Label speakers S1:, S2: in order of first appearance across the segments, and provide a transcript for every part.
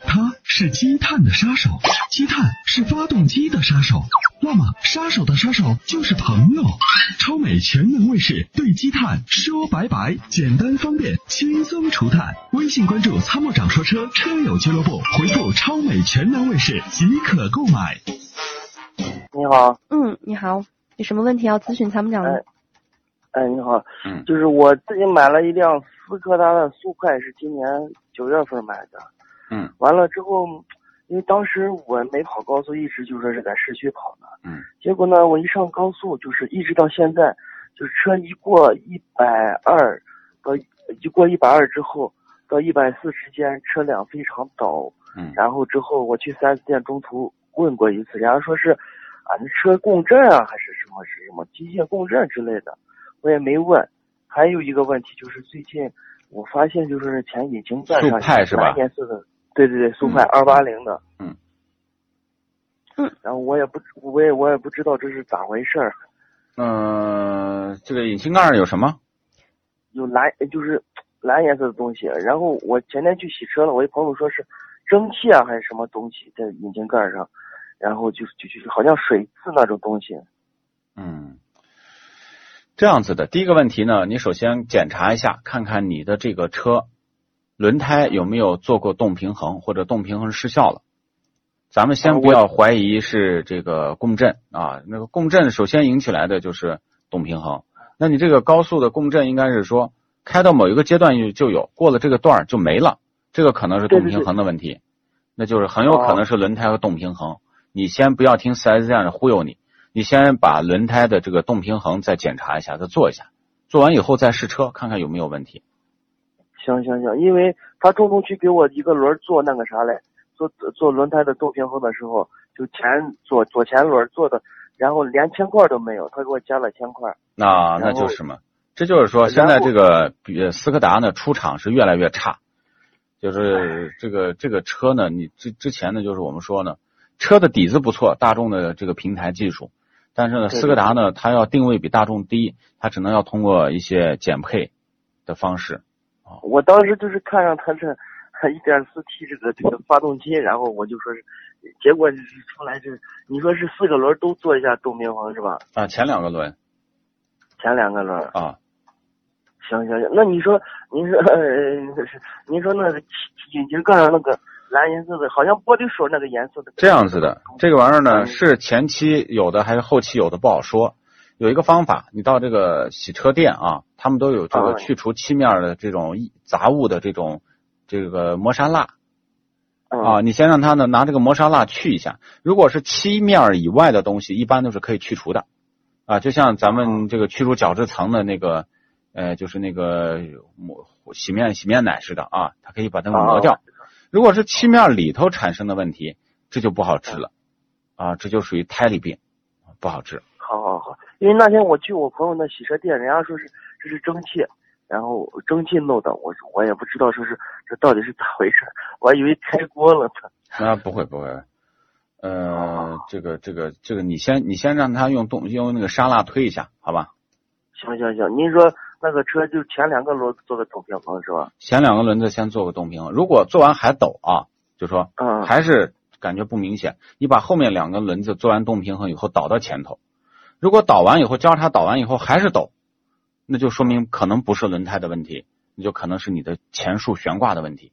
S1: 它是积碳的杀手，积碳是发动机的杀手。那么，杀手的杀手就是朋友。超美全能卫士对积碳说拜拜，简单方便，轻松除碳。微信关注“参谋长说车”车友俱乐部，回复“超美全能卫士”即可购买。
S2: 你好，
S3: 嗯，你好，有什么问题要咨询参谋长呢？
S2: 哎，你好，
S4: 嗯
S2: 就是我自己买了一辆斯柯达的速快，是今年九月份买的。
S4: 嗯，
S2: 完了之后，因为当时我没跑高速，一直就说是在市区跑的。
S4: 嗯，
S2: 结果呢，我一上高速，就是一直到现在，就是车一过一百二到一过一百二之后到一百四之间，车辆非常陡。”。
S4: 嗯
S2: 然后之后我去 4S 店中途问过一次，人家说是啊，那车共振啊，还是什么是什么机械共振之类的，我也没问。还有一个问题就是最近我发现就是前引擎盖上
S4: 速派是吧
S2: 蓝颜色的，对对对，速派
S4: 嗯
S2: 二八零的，
S4: 嗯，
S3: 嗯，
S2: 然后我也不我也我也不知道这是咋回事儿，
S4: 呃，这个引擎盖上有什么？
S2: 有蓝就是蓝颜色的东西。然后我前天去洗车了，我一朋友说是蒸汽啊还是什么东西在引擎盖上，然后就就就好像水渍那种东西。
S4: 嗯，这样子的，第一个问题呢，你首先检查一下，看看你的这个车轮胎有没有做过动平衡，或者动平衡失效了。咱们先不要怀疑是这个共振啊，那个共振首先引起来的就是动平衡。那你这个高速的共振应该是说开到某一个阶段就就有，过了这个段儿就没了，这个可能是动平衡的问题，那就是很有可能是轮胎和动平衡。你先不要听四 S 店的忽悠你，你先把轮胎的这个动平衡再检查一下，再做一下，做完以后再试车，看看有没有问题。
S2: 行行行，因为他中途去给我一个轮儿做那个啥嘞，做做轮胎的动平衡的时候，就前左左前轮儿做的，然后连铅块儿都没有，他给我加了铅块儿。
S4: 那
S2: 然后
S4: 那就是嘛，这就是说现
S2: 然后
S4: 在这个比呃斯柯达呢出厂是越来越差，就是这个这个车呢，你之之前呢就是我们说呢，车的底子不错，大众的这个平台技术，但是呢
S2: 对对
S4: 斯柯达呢它要定位比大众低，它只能要通过一些减配的方式。
S2: 我当时就是看上他这一点四 T 这个这个发动机，然后我就说是，结果出来是你说是四个轮儿都做一下动平衡是吧？
S4: 啊，前两个轮
S2: 前两个轮儿。
S4: 啊，
S2: 行行行，那你说，您说，呃、是您说那个引擎盖上那个蓝颜色的，好像玻璃水那个颜色的。
S4: 这样子的，这个玩意儿呢
S2: 嗯
S4: 是前期有的还是后期有的不好说。有一个方法，你到这个洗车店啊，他们都有这个
S2: 啊
S4: 去除漆面的这种杂物的这种这个磨砂蜡啊，
S2: 啊、
S4: 你先让他呢拿这个磨砂蜡去一下。如果是漆面以外的东西，一般都是可以去除的啊，就像咱们这个去除角质层的那个呃，就是那个抹洗面洗面奶似的啊，它可以把它
S2: 啊
S4: 磨掉。如果是漆面里头产生的问题，这就不好治了，啊，这就属于胎里病，不好治。
S2: 好好好，因为那天我去我朋友那洗车店，人家说是这是蒸汽，然后蒸汽弄的，我我也不知道说是这到底是咋回事，我还以为开锅了呢。
S4: 那不会不会，呃，这个这个这个，你先你先让他用动用那个沙拉推一下，好吧？
S2: 行行行，您说那个车就前两个轮做个动平衡是吧？
S4: 前两个轮子先做个动平，如果做完还抖啊，就说
S2: 嗯，
S4: 还是感觉不明显，你把后面两个轮子做完动平衡以后倒到前头，如果倒完以后交叉倒完以后还是抖，那就说明可能不是轮胎的问题，那就可能是你的前束悬挂的问题。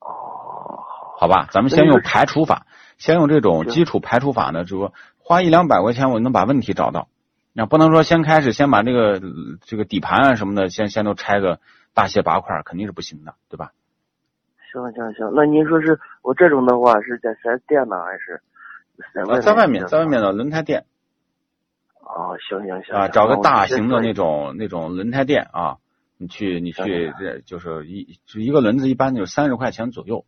S2: 哦，
S4: 好吧，咱们先用排除法，先用这种基础排除法呢，就是说花一两百块钱我能把问题找到，那不能说先开始先把这个呃这个底盘啊什么的先先都拆个大卸八块儿，肯定是不行的，对吧？
S2: 行行行，那您说是我这种的话是在4 S 店呢还是在
S4: 呃
S2: 外面？
S4: 在外面，在外面。的轮胎店
S2: 哦，行行行
S4: 啊，找个大型的那
S2: 种。
S4: 种那种轮胎店啊，你去你
S2: 行
S4: 去，这就是一就一个轮子一般就是三十块钱左右，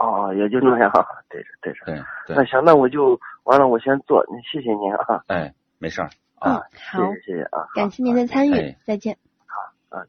S2: 哦，也就那样，对着对着。
S4: 对
S2: 那
S4: 对，
S2: 行，那我就完了，我先做，那谢谢您啊，
S4: 哎，没事儿
S3: 嗯
S4: 啊，，
S3: 好，
S2: 谢谢谢谢啊，好
S3: 感谢您的参与，
S4: 哎
S3: 再见。
S2: 啊。